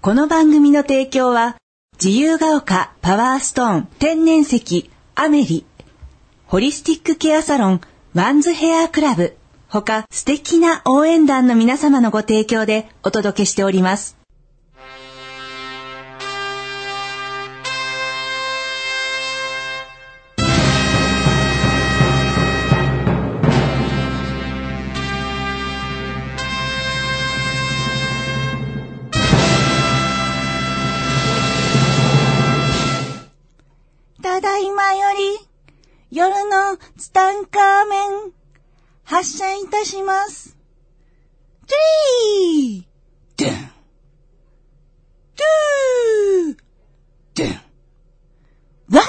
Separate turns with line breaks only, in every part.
この番組の提供は、自由が丘パワーストーン天然石アメリ、ホリスティックケアサロンワンズヘアクラブ、ほか素敵な応援団の皆様のご提供でお届けしております。ただいまより、夜のツタンカーメン、発射いたします。トゥリー
ドゥン、
トゥー
ドゥン、
ワン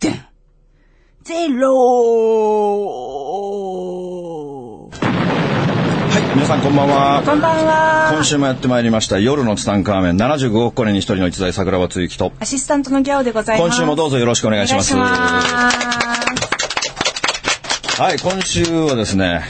ドゥン。
ゼロー
はい、皆さんこんばんは。
こんばんは
今週もやってまいりました、夜のツタンカーメン75億個年に一人の一代桜庭つゆきと、
アシスタントのギャオでございま
今
す。
週もどうぞよろしくお
お
願いします。
願いします
はい、今週はですね、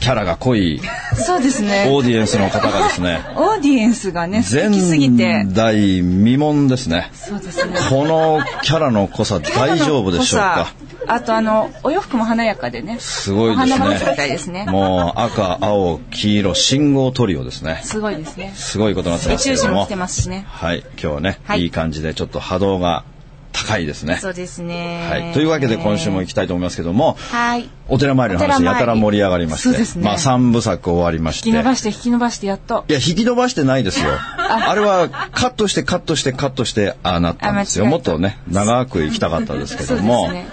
キャラが濃い
そうですね。
オーディエンスの方がですね、
オーディエンスがね、素
前
敵すぎて。
代未聞ですね。
そうですね。
このキャラの濃さ大丈夫でしょうか
濃さあとあの、お洋服も華やかでね。
すごいですね。
お花が咲いたりですね
もう赤、青、黄色、信号トリオですね。
すごいですね。
すごいことになって
宇
ます
宙
けれ
人
ど
も
も
来て。ますしね。
はい、今日はね、、
はいい
い感じでちょっと波動が高いですね。
そうですね。
はい、というわけで今週も行きたいと思いますけども、
はい。
お寺参りの話やたら盛り上がりま
そう
し
です
て、
ね
まあ三部作終わりまして、
引き伸ば
い
して引き伸ばしてやっと。
や引き伸ばしてないですよ。あれはカットしてカットしてカットしてああなったんですよ。
あ間
も
違え
っ
た
とね長く行きたかったですけ
そう
ど
です
も、
ね。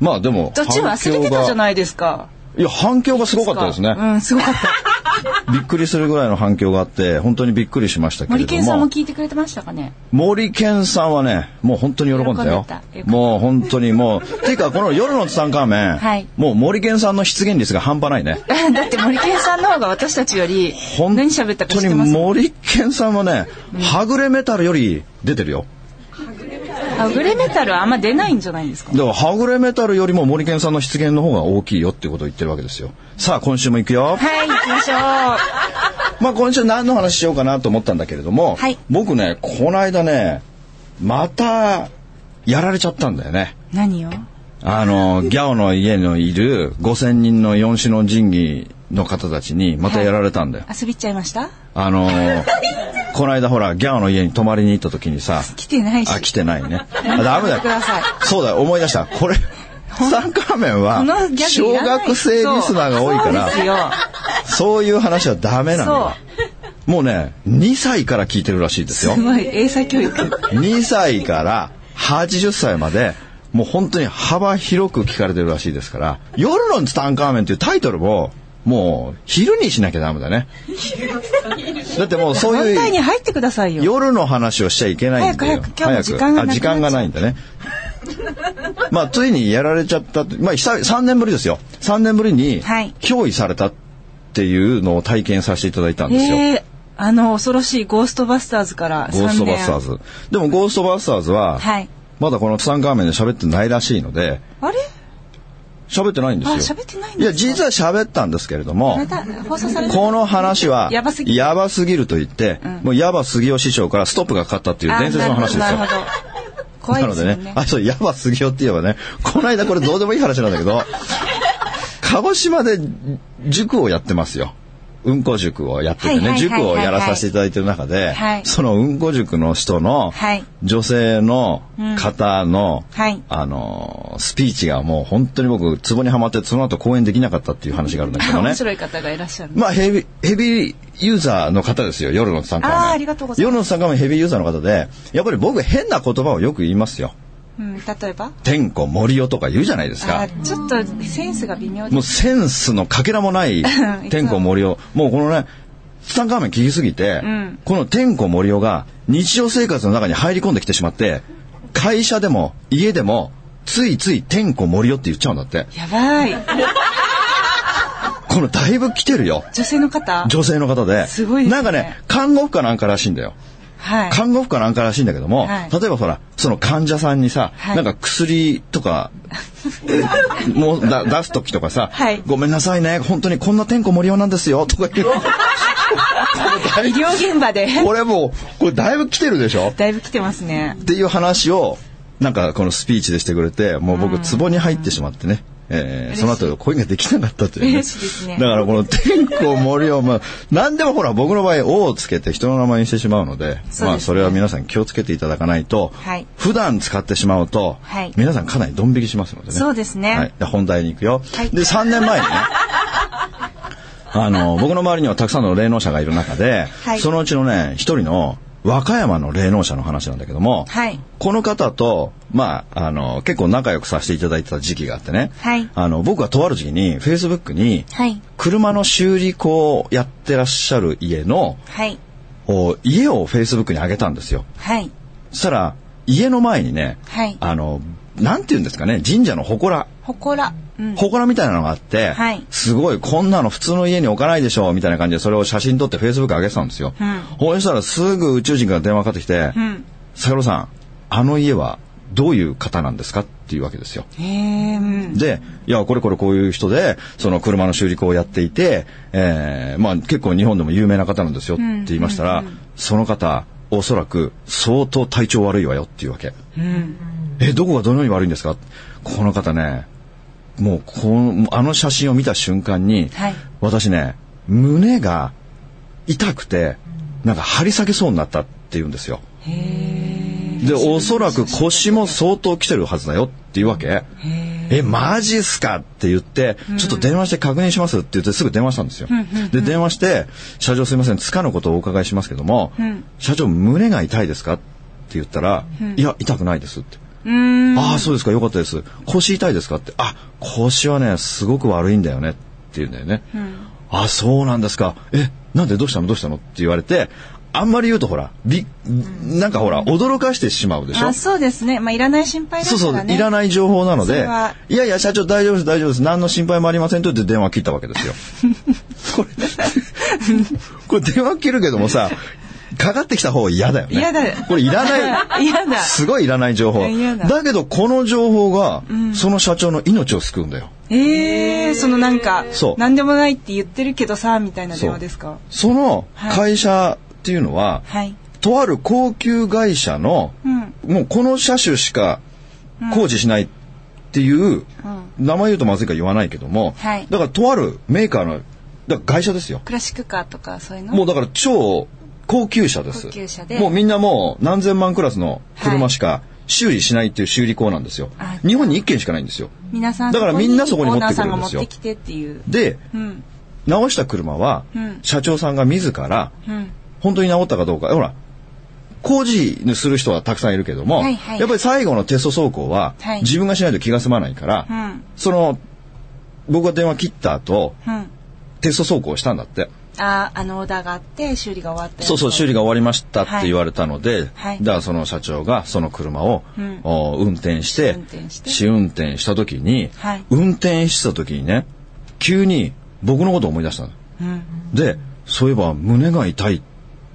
まあでも
途中忘れてたじゃ
い。
ないですか。
いや反響がすごかったですね
う。ん、すごかった。
びっくりするぐらいの反響があって本当にびっくりしましたけれど
森
も。
健さんも聞いてくれてましたかね。
森健さんはね、もう本当に喜ん
喜
だよ
んでたよかっ。た
もう本当にもう、ていうかこの夜のツタンカーメン、
はい
もう森健さんの出現率が半端ないね。
だって森健さんの方が私たちより、
本
何喋ったか知
当
っ
に
てます
森健さんはね、はぐれメタルより出てるよ。
あ、グレメタルはあんま出ないんじゃないですか。
だからはぐれメタルよりも森健さんの出現の方が大きいよっていうことを言ってるわけですよ。さあ今週も行くよ。
はい、行きましょう。
まあ今週何の話しようかなと思ったんだけれども、
はい
僕ね、この間ね、またやられちゃったんだよね。
何を
あの、ギャオの家のいる5000人の四種の神器の方たちにまたやられたんだよ。
遊びっちゃいました
あの、この間ほら、ギャオの家に泊まりに行った時にさ、
来てないし。
あ、来てないね。あ、ダメだ
やめてください。
そうだ、思い出した。これ、サンカーメンは
このギ、ャグ
小
いらない
学生リスナーが多いか
そうですよ
ら、そういう話はダメなんだ。もうね、2歳から聞いてるらしいですよ
す。ごい英才教育
2歳から80歳まで、もう本当に幅広く聞かれてるらしいですから、夜のツタンカーメンっていうタイトルを、もう昼にしなきゃダメだね。だってもうそう
反対に
いう
入ってくださいよ
夜の話をしちゃいけないんだよ。
早く早く今日も時間がなくなっちゃう
あ時間がないんだね。 まあついにやられちゃったと。まあ久々3年ぶりですよ。3年ぶりに
はい
憑依されたっていうのを体験させていただいたんですよ。
えー、あの恐ろしいゴーストバスターズから3年
ゴーストバスターズ。でもゴーストバスターズは、
はい
まだこのツタンカーメンで喋ってないらしいので、
あれ
喋ってないんですよ。
あ喋ってないんですか
いや、実は喋ったんですけれども
ま、た放送された
この話は、
やばすぎる
やばすぎると言って、
ん
もうやば杉尾師匠からストップがかかったっていう伝説の話です
あ
よ
なる。ほどなるほど怖い
な
で
の
す
で
よね
ね、あ、そう、やば杉尾って言えばね、この間これどうでもいい話なんだけど、 鹿児島で塾をやってますよ。うんこ塾をやってて
はいはい
ね、
はい
塾
はい
をやらさせていただいてる中で
は、い
そのうんこ塾の人の
はい
女性の方の
うんはい、
あのー、スピーチがもう本当に僕、ツボにはまって、その後講演できなかったっていう話があるんだけどね
面。白い方がいらっしゃる
まあヘビ、ヘビユーザーの方ですよ、夜の参加
あーありがとうございます
夜の参加もヘビーユーザーの方で、やっぱり僕変な言葉をよく言いますよ。
うん、例えば
天子森尾とか言うじゃないです
あ
か。
ーちょっとセンスが微妙で
もうセンスのかけら もない
ん
天子森尾。もうこのね、ツタンカーメン聞きすぎて、
ん
この天子森尾が日常生活の中に入り込んできてしまって、会社でも家でもついつい天子森尾って言っちゃうんだって。
やばい
このだいぶ来てるよ。
女性の方
女性の方で。
すごいですね
なんかね、看護婦かなんからしいんだよ。
はい
看護婦かなんからしいんだけども、
はい
例えばほら、その患者さんにさ、
はい
なんか薬とか、 もうだ出す時とかさ、
はい
ごめんなさいね、本当にこんな天候盛りようなんですよ、とか言う。
医療現場で。
これもう、これだいぶ来てるでしょ
だいぶ来てますね。
っていう話を、なんかこのスピーチでしてくれて、もう僕、ツボに入ってしまってね。えー、その後恋ができなかったという、
嬉しいですね
だからこの天候森を、まあ、何でもほら僕の場合「王」をつけて人の名前にしてしまうの
そ
で
うですね
まあ、それは皆さん気をつけていただかないと、
はい
普段使ってしまうと、
はい
皆さんかなりドン引きしますのでね
そうですね
はい、で本題に行くよ、
はい
で3 年前にねあの僕の周りにはたくさんの霊能者がいる中で、
はい
そのうちのね一人の和歌山の霊能者の話なんだけども、
はい
この方と、まあ、あの、結構仲良くさせていただいてた時期があってね。
はい
あの、僕はとある時期に、Facebook に、
はい
車の修理工をやってらっしゃる家の、
はい。
お家を Facebook に上げたんですよ。
はい。
そしたら、家の前にね、
はい
あの、なんて言うんですかね、神社の祠。
ほこら。うん。
祠みたいなのがあって、
はい
すごい、こんなの普通の家に置かないでしょ、みたいな感じで、それを写真撮って Facebook 上げてたんですよ。
うん
そしたら、すぐ宇宙人から電話かかってきて、
うん。
坂本さん、あの家はどういう方なんですかっていうわけですよ。
へえ、うん。
で、いや、これこれこういう人で、その車の修理工をやっていて、えーまあ結構日本でも有名な方なんですよって言いましたら、その方、おそらく相当体調悪いわよっていうわけ。え、どこがどのように悪いんですかこの方ね、もうこの、あの写真を見た瞬間に、
はい
私ね、胸が痛くて、なんか張り裂けそうになったって言うんですよ。で、おそらく腰も相当来てるはずだよっていうわけ。え、マジっすかって言って、ちょっと電話して確認しますって言ってすぐ電話したんですよ。で、電話して、社長すいません、つかぬことをお伺いしますけども、社長胸が痛いですかって言ったら、いや、痛くないですって。ああ、そうですか、よかったです。腰痛いですかって。あ、腰はね、すごく悪いんだよねって言うんだよね。あ、そうなんですか。え、なんでどうしたのどうしたのって言われて、あんまり言うとほら、び、なんかほら、驚かしてしまうでしょ
あ、そうですね。まあ、いらない心配だ
そう
か
そう、
らね。
いらない情報なの
そ
で
れは、
いやいや、社長大丈夫です、大丈夫です。何の心配もありませんと言って電話切ったわ けですよ。これね、 これ電話切るけどもさ、かかってきた方嫌だよね。
嫌だ
これい らない。
い。嫌だ。
すごいいらない情報。
嫌だ
だけど、この情報が、その社長の命を救うんだよ。
ええ、そのなんか
そう、
なんでもないって言ってるけどさ、みたいな電話ですか。
その会社っていうのは、
はい。
とある高級会社の、もうこの車種しか工事しないっていう、名前言うとまずいから言わないけども、
はい
だからとあるメーカーのだから会社ですよ
クラシックカーとかそういうの
もうだから超高級車です
高級車で
もうみんなもう何千万クラスの車しか修理しないっていう修理工なんですよ、
あ
日本に1軒しかないんですよ
皆さん
だからみんなそこに持ってくるん
オーナー
で
さん
す
が持っ
よ
てきてっていう。
で、
うん。
直した車は
うん
社長さんが自ら
うん。
本当に治ったかどうかほら工事する人はたくさんいるけども、
はいはい
やっぱり最後のテスト走行は
はい
自分がしないと気が済まないから、
うん。
その僕が電話切った後
うん。
テスト走行をしたんだって
ああのオーダーがあって修理が終わったやつ
そうそう修理が終わりましたって言われたので、
はい
だからその社長がその車を、
うん
お運転して
運転して
試運転した時に、
はい
運転してた時にね急に僕のことを思い出したの。
うん
でそういえば胸が痛いっ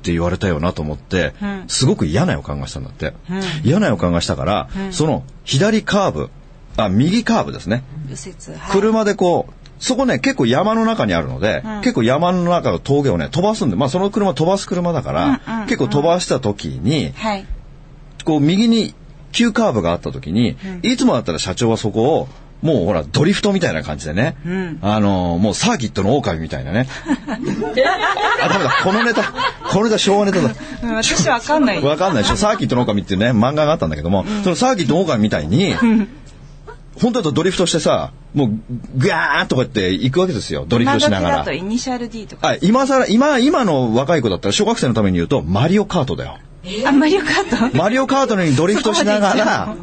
て言われたよなと思って、
うん
すごく嫌な予感がしたんだって、
うん
嫌な予感がしたから、その左カーブあ右カーブですね、
右折はい
車でこうそこね結構山の中にあるので、結構山の中の峠をね飛ばすんでまあその車飛ばす車だから、
うんうんうん
結構飛ばした時に
はい
こう右に急カーブがあった時に、いつもだったら社長はそこをもうほらドリフトみたいな感じでね、
ん
あのーもうサーキットの狼みたいなね あダメだこのネタこのネタ昭和ネタだ
うん私わかんない
わかんないでしょ。サーキットの狼っていうね、漫画があったんだけども、そのサーキットの狼みた いに、本当だとドリフトしてさ、もう、ぐわーっとこうやって行くわけですよ。ドリフトしなが
だ
ら
と。イニシャル D とか
あ今さら、今、今の若い子だったら、小学生のために言うと、マリオカートだよ。
あんまりよかった
マリオカートのようにドリフトしながら、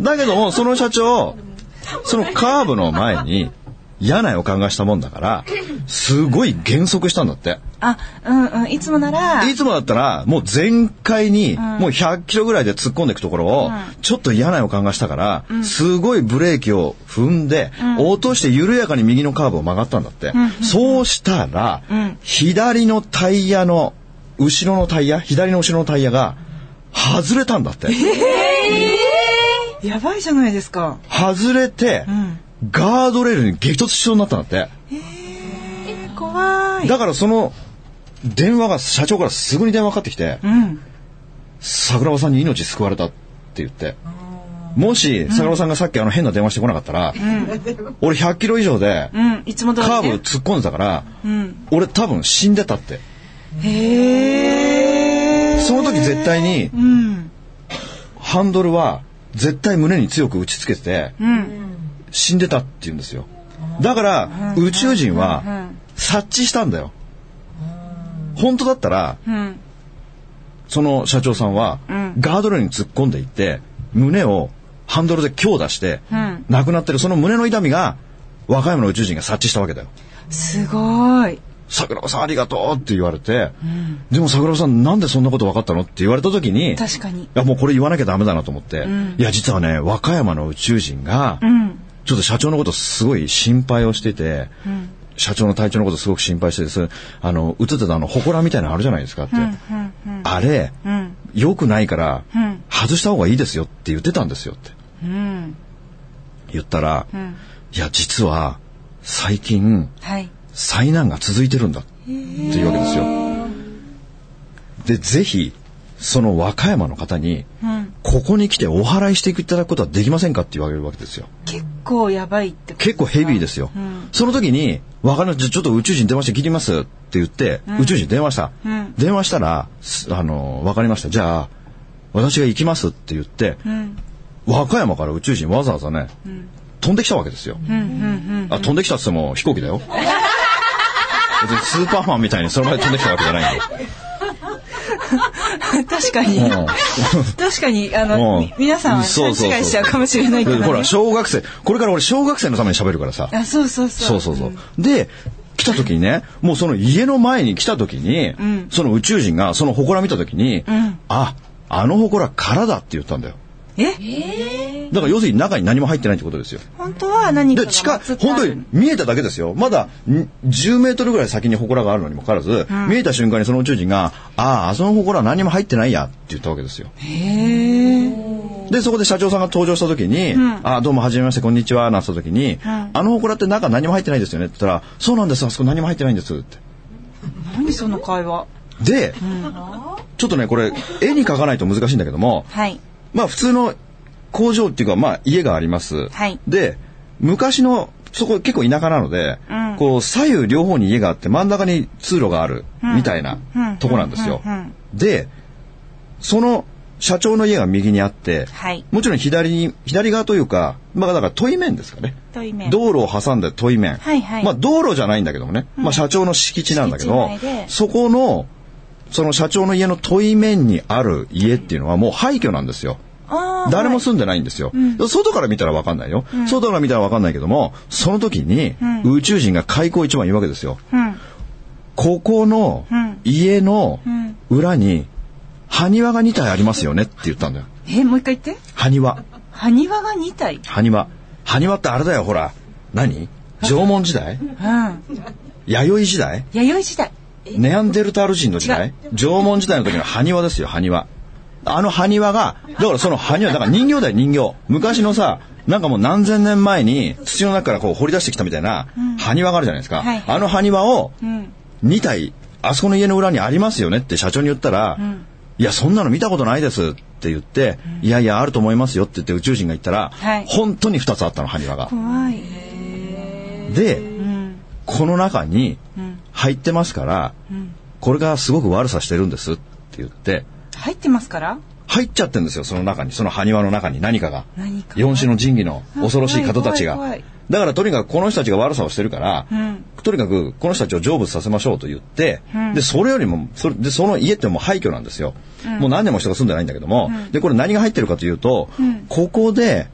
だけども、その社長、そのカーブの前に、嫌な予感がしたもんだから、すごい減速したんだって。
あうんうんいつもなら
いつもだったら、もう全開に、もう100キロぐらいで突っ込んでいくところを、ちょっと嫌な予感がしたから、すごいブレーキを踏んで、落として緩やかに右のカーブを曲がったんだって。そうしたら、左のタイヤの、後ろのタイヤ、左の後ろのタイヤが、外れたんだって。
やばいじゃないですか
外れて、ガードレールに激突しそうになったんだって。
えー怖い
だからその電話が、社長からすぐに電話かかってきて、
うん。
桜庭さんに命救われたって言って。もし、桜庭さんがさっきあの変な電話してこなかったら、俺100キロ以上で、
うん。いつも通り、ね。
カーブ突っ込んでたから、
うん。
俺多分死んでたって。
へえ。
その時絶対に、
うん。
ハンドルは絶対胸に強く打ちつけてて、
うん。
死んでたって言うんですよ。だから、宇宙人は察知したんだよ。本当だったら、
うん。
その社長さんは、
ん
ガードレールに突っ込んでいって、胸をハンドルで強打して、
うん
亡くなってるその胸の痛みが、若い山の宇宙人が察知したわけだよ。
すごい。
桜庭さんありがとうって言われて、でも桜庭さんなんでそんなこと分かったのって言われた時に、
確かに
い。やもうこれ言わなきゃダメだなと思って、いや実はね、和歌山の宇宙人が、
うん。
ちょっと社長のことすごい心配をしてて、社長の体調のことすごく心配してて、それあの、映ってたあの、祠みたいなのあるじゃないですかって。
うん。うん。
あれ、
うん。
良くないから、
うん
外した方がいいですよって言ってたんですよって
うん。
言ったら、
ん
いや、実は、最近、
はい。
災難が続いてるんだっていうわけですよ。で、ぜひ、その和歌山の方に、
うん。
ここに来てお祓いしていただくことはできませんかって言われるわけですよ。
結構やばいってこと
結構ヘビーですよ。
うん
その時に、わかりました。ちょっと宇宙人電話して切りますって言って、宇宙人電話した。
うん
電話したら、すあの、わかりました。じゃあ、私が行きますって言って、
うん。
和歌山から宇宙人わざわざね、飛んできたわけですよ。
うん。うん。
あ、飛んできたっつっても飛行機だよ。別にスーパーマンみたいにその場で飛んできたわけじゃないんで。
うん。確かに。
うん
確かに、あ
う
の、
ん
み皆さんは
そ
勘違
う
い
そうそう
しちゃうかもしれないけど、ね。
ほら、小学生、これから俺小学生のために喋るからさ。
あ、そうそうそう。
そうそうそう。で、来た時にね、もうその家の前に来た時に、
ん
その宇宙人がその祠見た時に、
ん
あ、あの祠からだって言ったんだよ。
え
だから要するに中に何も入ってないってことですよ。
本当は何か
で、
が
近い、
祀ってあ
本
る
当に見えただけですよ。まだん10メートルぐらい先に祠があるのにもかかわらず、見えた瞬間にその宇宙人が、ああ、あその祠は何も入ってないやって言ったわけですよ。
へえ。
で、そこで社長さんが登場した時に、あ、どうも、はじめまして、こんにちは、なんて言った時に、あの祠って中何も入ってないですよねって言ったら、そうなんです、あそこ何も入ってないんですって。
何その会話。
で、ちょっとね、これ、絵に描かないと難しいんだけども、
はい。
まあ、普通の工場っていうか、まあ、家があります。
はい
で、昔の、そこ結構田舎なので、
うん
こう、左右両方に家があって、真ん中に通路がある、みたいな
うん
とこなんですよ
うんうんうん。
で、その、社長の家が右にあって、
はい。
もちろん左に、左側というか、まあだから問い面ですかね。
という面。
道路を挟んで問い面。
はいはい
まあ道路じゃないんだけどもね。まあ社長の敷地なんだけど
敷地内で、
そこの、その社長の家の問い面にある家っていうのはもう廃墟なんですよ。
あー
誰も住んでないんですよ。外から見たらわかんないよ。外から見たらわかんないけども、その時に宇宙人が開口一番言うわけですよ。
うん。
ここの
うん
家の
ん
裏に埴輪が2体ありますよねって言ったんだよ。
え、もう一回言って。
埴輪。
埴輪が2体。
埴輪。埴輪ってあれだよ、ほら。何縄文時代
うん。
弥生時代
弥生時代。
ネアンデルタール人の時代縄文時代の時の埴輪ですよ、埴輪。あの埴輪が、だからその埴輪、だから人形だよ、人形。昔のさ、なんかもう何千年前に土の中からこう掘り出してきたみたいな埴輪があるじゃないですか。
はいはい
あの埴輪を
うん。
2体、あそこの家の裏にありますよねって社長に言ったら、いや、そんなの見たことないですって言って、いやいや、あると思いますよって言って宇宙人が言ったら、
はい
本当に2つあったの、埴輪が。
怖い。
で、
うん。
この中に
ん
入ってますから、これがすごく悪さしてるんですって言って、
入ってますから
入っちゃってるんですよ、その中に、その埴輪の中に何かが。
何か。
四種の神器の恐ろしい方たち
あ怖い怖
が
い。
だからとにかくこの人たちが悪さをしてるから、
うん
とにかくこの人たちを成仏させましょうと言って、で、それよりも、それで、その家ってもう廃墟なんですよ。もう何年も人が住んでないんだけども、で、これ何が入ってるかというと、ここで、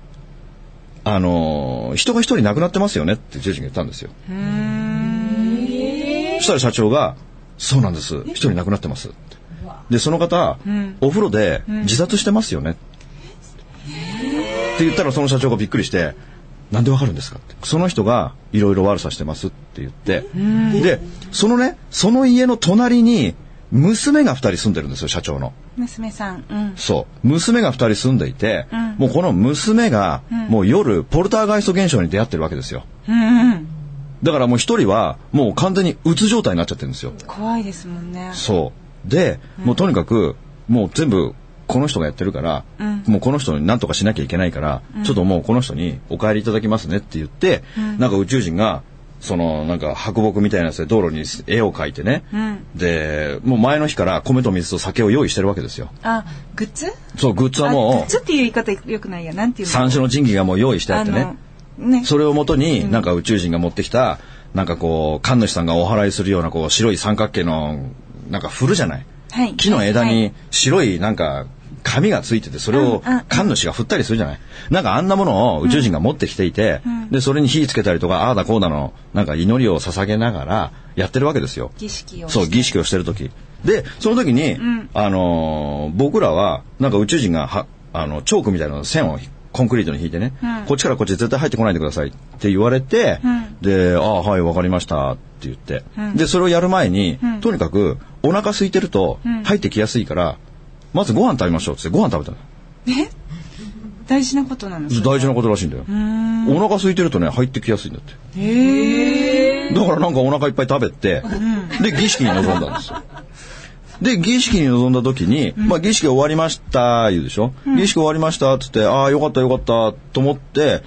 あのー人が一人亡くなってますよねってジェジが言ったんですよ。そしたら社長が、そうなんです。一人亡くなってますって。で、その方、お風呂で自殺してますよね。って言ったらその社長がびっくりして、なんでわかるんですかって。その人がいろいろ悪さしてますって言って。で、そのね、その家の隣に娘が二人住んでるんですよ、社長の。
娘さん。うん。
そう。娘が二人住んでいて、もうこの娘が、もう夜、ポルターガイスト現象に出会ってるわけですよ。
うんうん。
だからもう一人はもう完全にうつ状態になっちゃってるんですよ。
怖いですもんね。
そう。で、もうとにかく、もう全部、この人がやってるから、
うん
もうこの人に何とかしなきゃいけないから、ちょっともうこの人にお帰りいただきますねって言って、なんか宇宙人が、その、なんか白木みたいなやつで道路に絵を描いてね、
うん
で、もう前の日から米と水と酒を用意してるわけですよ。
あ、グッズ
そう、グッズは
あグ
も
ッズ
う、
っていう言い方よくないや。なんていうの
三種の神器がもう用意してあってね。
あのね。
それをもとに、なんか宇宙人が持ってきた、なんかこう、神主さんがお祓いするような、こう、白い三角形の、なんか振るじゃない。
はい
木の枝
はい
に白い、なんか、紙がついてて、それを
うんうん
神主が振ったりするじゃない。なんかあんなものを宇宙人が持ってきていて、で、それに火つけたりとか、ああだこうだの、なんか祈りを捧げながら、やってるわけですよ。
儀式をして。
そう、儀式をしてる時。で、その時に、
ん
あのー僕らは、なんか宇宙人がは、あの、チョークみたいな線をコンクリートに引いてね、
うん
こっちからこっち絶対入ってこないでくださいって言われて、
うん
で、ああ、はい、わかりましたって言って、
うん
で、それをやる前に、
ん
とにかく、お腹空いてると
ん、
入ってきやすいから、まずご飯食べましょうっつってご飯食べたの。
大事なことなんです
大事なことらしいんだよ。お腹空いてるとね、入ってきやすいんだって。
へえ。
だからなんかお腹いっぱい食べて、で、儀式に臨んだんですよ。で、儀式に臨んだ時に、まあ儀式終わりました、言うでしょ。儀式終わりました、つって、ああ、よかったよかった、と思って、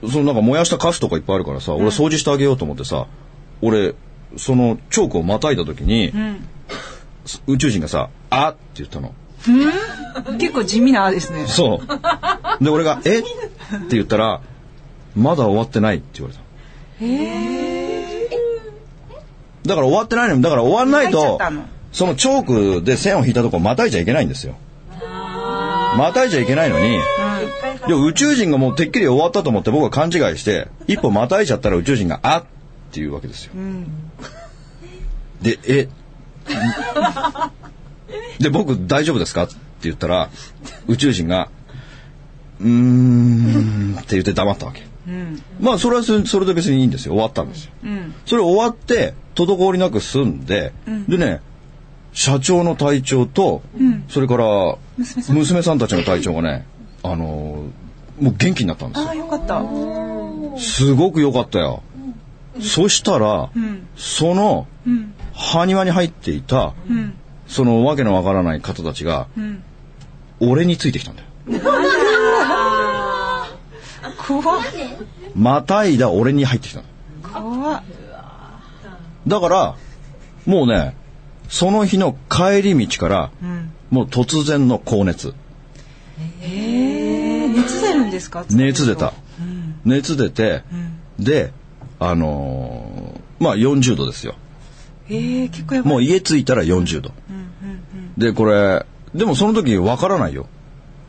そのなんか燃やしたカスとかいっぱいあるからさ、俺掃除してあげようと思ってさ、俺、そのチョークをまたいだ時に、宇宙人がさ、あって言ったの。
結構地味なあですね。
そう。で、俺が、えって言ったら、まだ終わってないって言われた。だから終わってないのに、だから終わんない
またいちゃっ
と
たの、
そのチョークで線を引いたとこまたいちゃいけないんですよ。またいちゃいけないのに、いや宇宙人がもうてっきり終わったと思って僕は勘違いして、一歩またいちゃったら宇宙人が、あっていうわけですよ。で、えで、僕大丈夫ですかって言ったら、宇宙人が、うーんって言って黙ったわけ。まあ、それはそれそれで別にいいんですよ。終わったんですよ。それ終わって、滞りなく済んで、でね、社長の隊長と、それから、娘さんたちの隊長がね、あのーもう元気になったんです
あ
よ
あ、。よかった。
すごく良かったよ。そしたら、
ん
その、
ん
埴輪に入っていた、
うん。
そのわけのわからない方たちが、
うん。
俺についてきたんだよ。
怖っ。
またいだ俺に入ってきたの。
怖っ。
だから、もうね、その日の帰り道から、
ん
もう突然の高熱。
えー、熱出るんですか
熱出た。。熱出て、で、あのーまあ40度ですよ。
えー、結構やばい。
もう家着いたら40度。で、これ、でもその時わからないよ。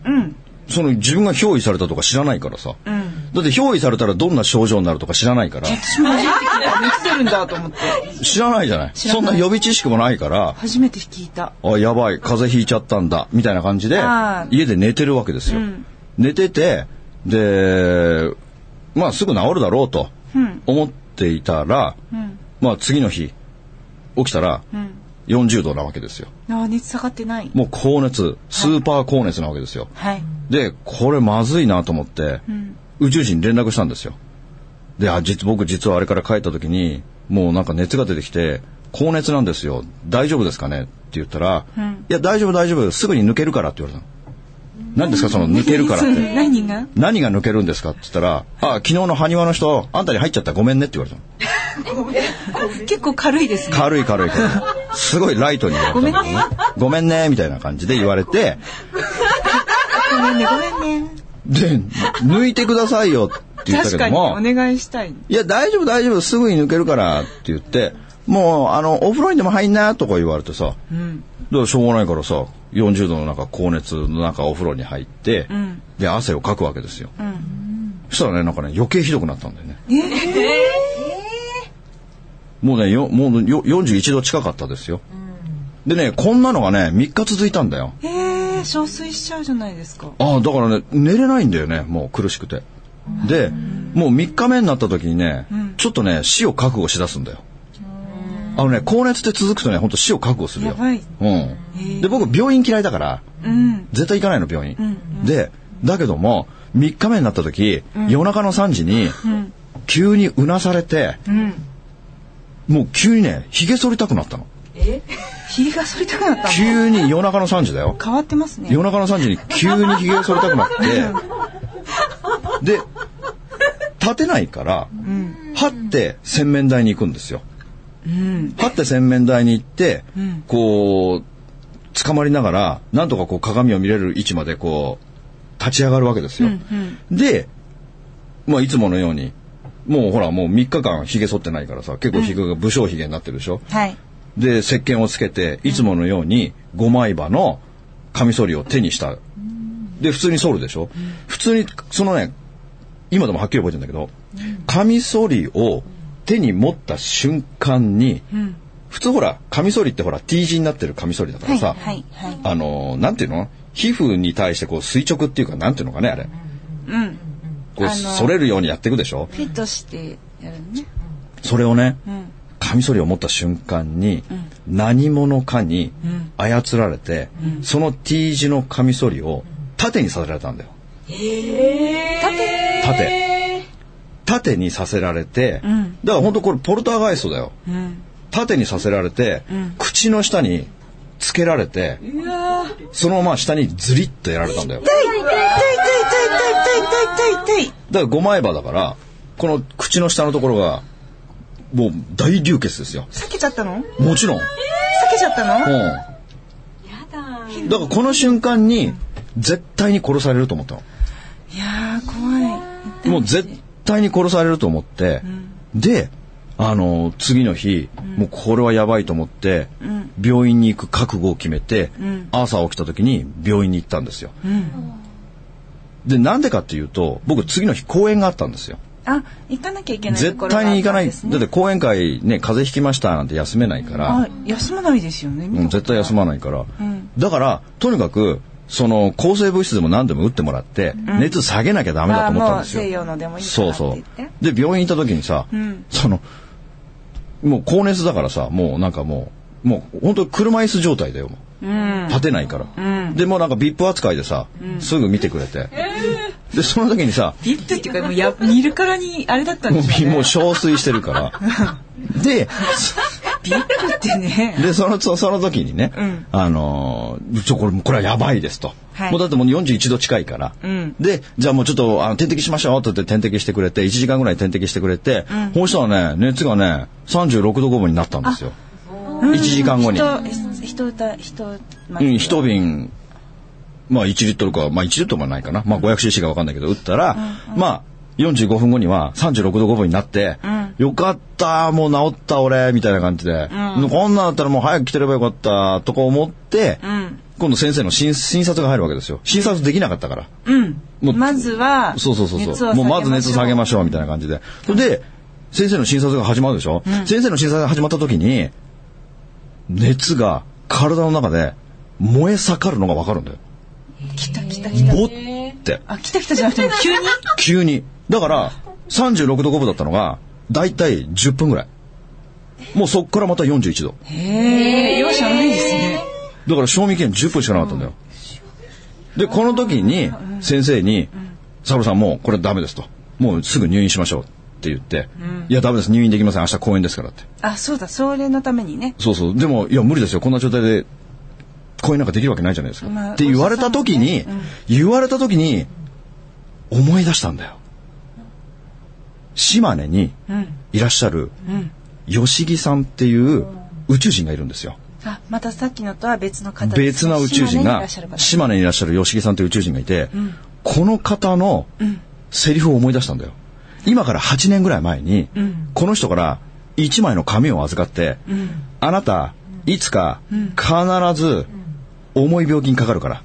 うん。
その自分が憑依されたとか知らないからさ。
うん。
だって憑依されたらどんな症状になるとか知らないから、
私も初めて聞いた。熱出るんだと思って。
知らないじゃない。
らな
そ
い
んな予備知識もないから、
初めて聞いた。
あ、やばい、風邪ひいちゃったんだ、みたいな感じで
あー、
家で寝てるわけですよ。
うん
寝てて、で、まあすぐ治るだろうと
うん
思っていたら、
ん
まあ次の日、起きたら
ん、
40度なわけですよ。
ああ、熱下がってない。
もう高熱、スーパー高熱なわけですよ。
はい。
で、これまずいなと思って、宇宙人に連絡したんですよ。で、あ、実、僕実はあれから帰った時に、もうなんか熱が出てきて、高熱なんですよ。大丈夫ですかねって言ったら、いや、大丈夫大丈夫。すぐに抜けるからって言われたの。何ですかその抜けるからっ
そ
て。
う 何が
何が抜けるんですかって言ったら、あ、昨日の埴輪の人、あんたに入っちゃったごめんねって言われたの。
結構軽いですね。
軽い軽い軽い。すごいライトに言われたんだけどね。ごめんね、みたいな感じで言われて、
ごめんね、ごめんね。
で、抜いてくださいよって言ったけ
確かに、
ども、
お願いしたい。
いや、大丈夫、大丈夫、すぐに抜けるからって言って、もう、あの、お風呂にでも入んなとか言われてさ、
うん。
だからしょうがないからさ、40度の中、高熱の中、お風呂に入って、
ん
で、汗をかくわけですよ。そしたらね、なんかね、余計ひどくなったんだよね。もうね、よもうよ41度近かったですよ。でね、こんなのがね、3日続いたんだよ。
えー、憔悴しちゃうじゃないですか。
ああ、だからね、寝れないんだよね、もう苦しくて。で、もう3日目になった時にね、ちょっとね、死を覚悟しだすんだよ。あのね、高熱って続くとね、ほんと死を覚悟するよ。
やばい
うん。で、僕、病院嫌いだから、
うん。
絶対行かないの、病院。で、だけども、3日目になった時、夜中の3時に、急にうなされて、もう急にね、髭剃りたくなったの。
ひげが剃りたくなったの
急に夜中の3時だよ。
変わってますね
夜中の3時に急に髭剃りたくなって、で、立てないから、はって洗面台に行くんですよ。はって洗面台に行って、こう、捕まりながら、なんとかこう鏡を見れる位置までこう、立ち上がるわけですよ。で、まあいつものように、もうほらもう3日間髭剃ってないからさ、結構髭が武将髭になってるでしょ。
はい
で、石鹸をつけて、いつものように5枚刃のカミソリを手にした。で、普通に剃るでしょ、普通に、そのね、今でもはっきり覚えてるんだけど、カミソリを手に持った瞬間に、普通ほら、カミソリってほら T 字になってるカミソリだからさ、
はいはい
あのー、なんていうの皮膚に対してこう垂直っていうか、なんていうのかね、あれ。
うん
こう、
あのー
反れるようにやっていくでしょ
フィットしてやるのね
それをね、
ん
カミソリを持った瞬間に、何者かに操られて、その T 字のカミソリを縦にさせられたんだよ。
縦
縦。縦にさせられて、だから本当これポルターガイストだよ。縦にさせられて、口の下につけられて、そのまま下にズリッとやられたんだよ。だか
痛い痛い痛い痛い痛い痛い痛い痛い痛い
ら5枚刃だから、この口の下のところが、もう大流血ですよ。
避けちゃったの避
もちろん。
けちゃったの
うん。だからこの瞬間に絶対に殺されると思ったの。
いやー怖い
もう絶対に殺されると思って、で、あの、次の日、もうこれはやばいと思って、病院に行く覚悟を決めて、朝起きた時に病院に行ったんですよ。で、なんでかっていうと、僕次の日公演があったんですよ。
あ行かなきゃいけないとこ
絶
ろが
対に行かない。
あっ
だ
たんですね
って講演会ね、風邪ひきましたなんて休めないから、
あ休まないですよね
うん、絶対休まないから、だからとにかくその抗生物質でも何でも打ってもらって、熱下げなきゃダメだと思ったんですよ。
あーもう西洋のでもいいか
そ
な
う
って言っ
そ
て
う。で病院行った時にさ、そのもう高熱だからさもうなんかもうもう本当車椅子状態だよもう、立てないから、でもうなんか VIP 扱いでさ、すぐ見てくれて、でその時にさ
ビップっていうかもうや見るからにあれだったん
も
でし
う
ょうね
もう憔悴してるから で
ビップって ね
で、その、そその時にね、
ん
あのー、ちょ、これ、これはやばいですと。
はい
もうだってもう41度近いから。
ん
で、じゃあもうちょっと、あの、点滴しましょうって言って点滴してくれて、1時間ぐらい点滴してくれて、こうしたらね、熱がね、36度5分になったんですよ。1時間後に。
人え人歌人
うん、一瓶、まあ1リットルか、まあ1リットルもないかな。まあ 500cc かわかんないけど、打ったら、まあ、45分後には36度5分になって、よかった、もう治った俺、みたいな感じで、こんなんだったらもう早く来てればよかった、とか思って、今度先生の診診察が入るわけですよ。診察できなかったから。
うん
もう
まずは
そうそうそう
熱
そ
を
う。もうまず熱下げま
し
しょうみたいな感じで。それで、先生の診察が始まるでしょ、先生の診察が始まった時に、熱が体の中で燃え盛るのがわかるんだよ。
ょう来た来た来た
ぼって、
あ来た来たじゃなくても急に
急に。だから、36度5分だったのが、だいたい10分ぐらい。もうそっからまた41度。
ええ容赦ないですね
だから賞味期限10分しかなかったんだよ。で、この時に先生に、サブさんもうこれダメですと。もうすぐ入院しましょうって言って、いやダメです、入院できません、明日公演ですからって。
あそうだそれのためにね
そうそう、でもいや無理ですよ、こんな状態で公演なんかできるわけないじゃないですか。
まあ
って言われた時に、言われた時に思い出したんだよ。島根にいらっしゃる吉木さんっていう宇宙人がいるんですよ。
あまたさっきのとは別の方です
別な宇宙人が
島
島根にいらっしゃる吉木さんという宇宙人がいて、この方のセリフを思い出したんだよ今から8年ぐらい前に、この人から1枚の紙を預かって、あなたいつか必ず重い病気にかかるから、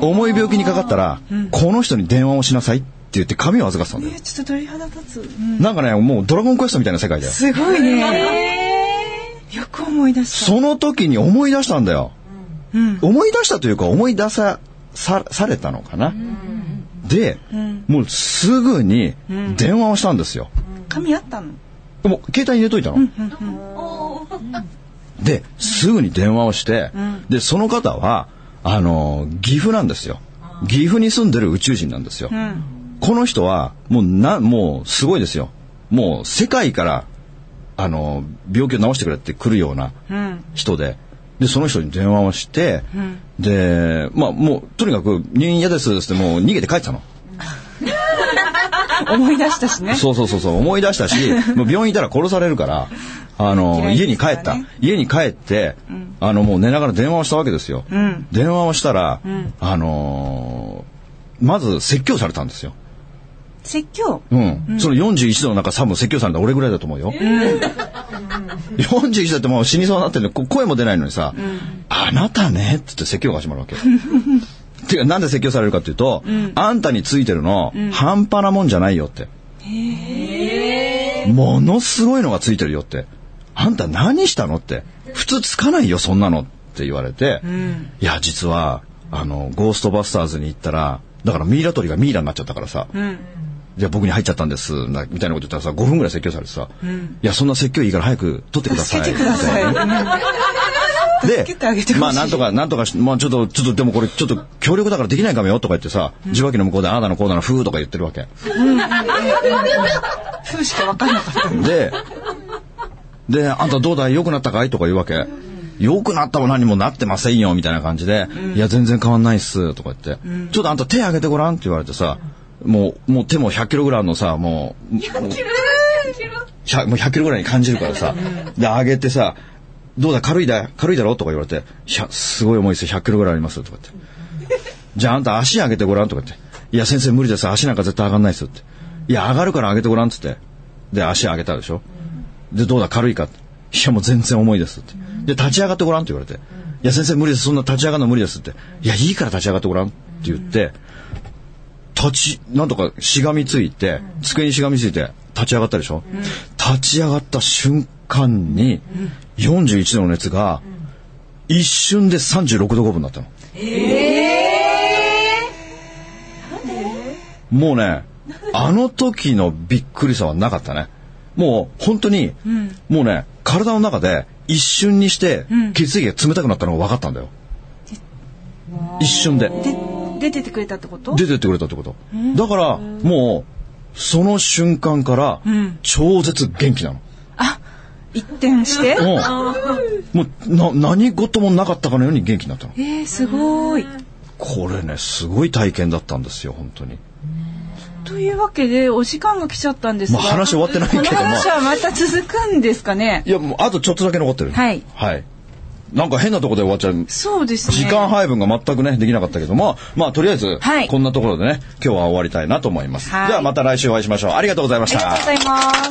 重い病気にかかったら、この人に電話をしなさいって言って紙を預かってたんだ
根
よ、
ねちょっと鳥肌立つ、
なんかねもうドラゴンクエストみたいな世界だよ
すごいね、よく思い出した
その時に思い出したんだよ。思い出したというか思い出さ、さ、されたのかな。で、もうすぐに電話をしたんですよ。
髪あったの
もう携帯に入れといたの。で、すぐに電話をして、で、その方は、あの、岐阜なんですよ。岐阜に住んでる宇宙人なんですよ。この人は、もうな、もうすごいですよ。もう世界から、あの、病気を治してくれって来るような
うん。
人で、で、その人に電話をして、
ん
で、まあもう、とにかく入院嫌ですってもう逃げて帰ってたの。
思い出したしね。
そうそうそうそう思い出し たしもう病院いたら殺されるからあの、
嫌い
家
で
に
すか
帰
ら
った
ね
家に帰って、あのもう寝ながら電話をしたわけですよ、
ん
電話をしたら、あのーまず説教されたんですよ、
説教。
うんその41度の中多分説教されたの俺ぐらいだと思うよ、41度ってもう死にそうになってるのこ声も出ないのにさ「あなたね」っつって説教が始まるわけよ てかなんで説教されるかっていうと、あんたについてるの、半端なもんじゃないよってものすごいのがついてるよって。あんた何したのって。普通つかないよ、そんなのって言われて。いや、実は、あの、ゴーストバスターズに行ったら、だからミイラ取りがミイラになっちゃったからさ。じゃあ僕に入っちゃったんです、なみたいなこと言ったらさ、5分ぐらい説教されてさ、いや、そんな説教いいから早く取ってください。
助けてください。
で
助けてあげて、ほしい
まあなんとか、なんとかし、まあちょっと、ちょっと、でもこれ、ちょっと協力だからできないかもよとか言ってさ、受話器の向こうでああだのこうだの、ふーとか言ってるわけ。
ふうしかわかんなかった。
で、で、あんたどうだい良くなったかいとか言うわけ。良くなったも何もなってませんよ、みたいな感じで、いや、全然変わんないっす、とか言って、ちょっとあんた手挙げてごらんって言われてさ、もう、もう手も100キロぐらいのさ、もう、もう100もう100キロぐらいに感じるからさ、で、上げてさ、どうだ、軽いだ、軽いだろとか言われて、いや、すごい重いですよ、100キロぐらいありますよ、とか言って。じゃああんた足上げてごらんとか言って。いや先生無理です。足なんか絶対上がんないですよって。いや上がるから上げてごらんっつって。で足上げたでしょ。でどうだ軽いかって。いやもう全然重いですって。で立ち上がってごらんって言われて。いや先生無理です。そんな立ち上がるの無理ですって。いやいいから立ち上がってごらんって言って。立ち、なんとかしがみついて、机にしがみついて立ち上がったでしょ、立ち上がった瞬間に、41度の熱が、一瞬で36度5分だったの。もうね、あの時のびっくりさはなかったね。もう本当に、もうね、体の中で一瞬にして血液が冷たくなったのが分かったんだよ。一瞬で。
で、出ててくれたってこと
出てってくれたってこと。だから、もう、その瞬間から、超絶元気なの。
一転して。
うんもう、な、何事もなかったかのように元気になったの。
えー、すごい。
これね、すごい体験だったんですよ、本当に。
というわけで、お時間が来ちゃったんです
ま
が。
あ話終わってないけど
こ
も。
の話はまた続くんですかね
いや、もうあとちょっとだけ残ってる。
はい
はい。なんか変なとこで終わっちゃう。
そうですね。
時間配分が全くね、できなかったけども、まあ、とりあえず
は、い
こんなところでね、今日は終わりたいなと思います。で
はい
はまた来週お会いしましょう。ありがとうございまし
ありが
た
とう。ございます。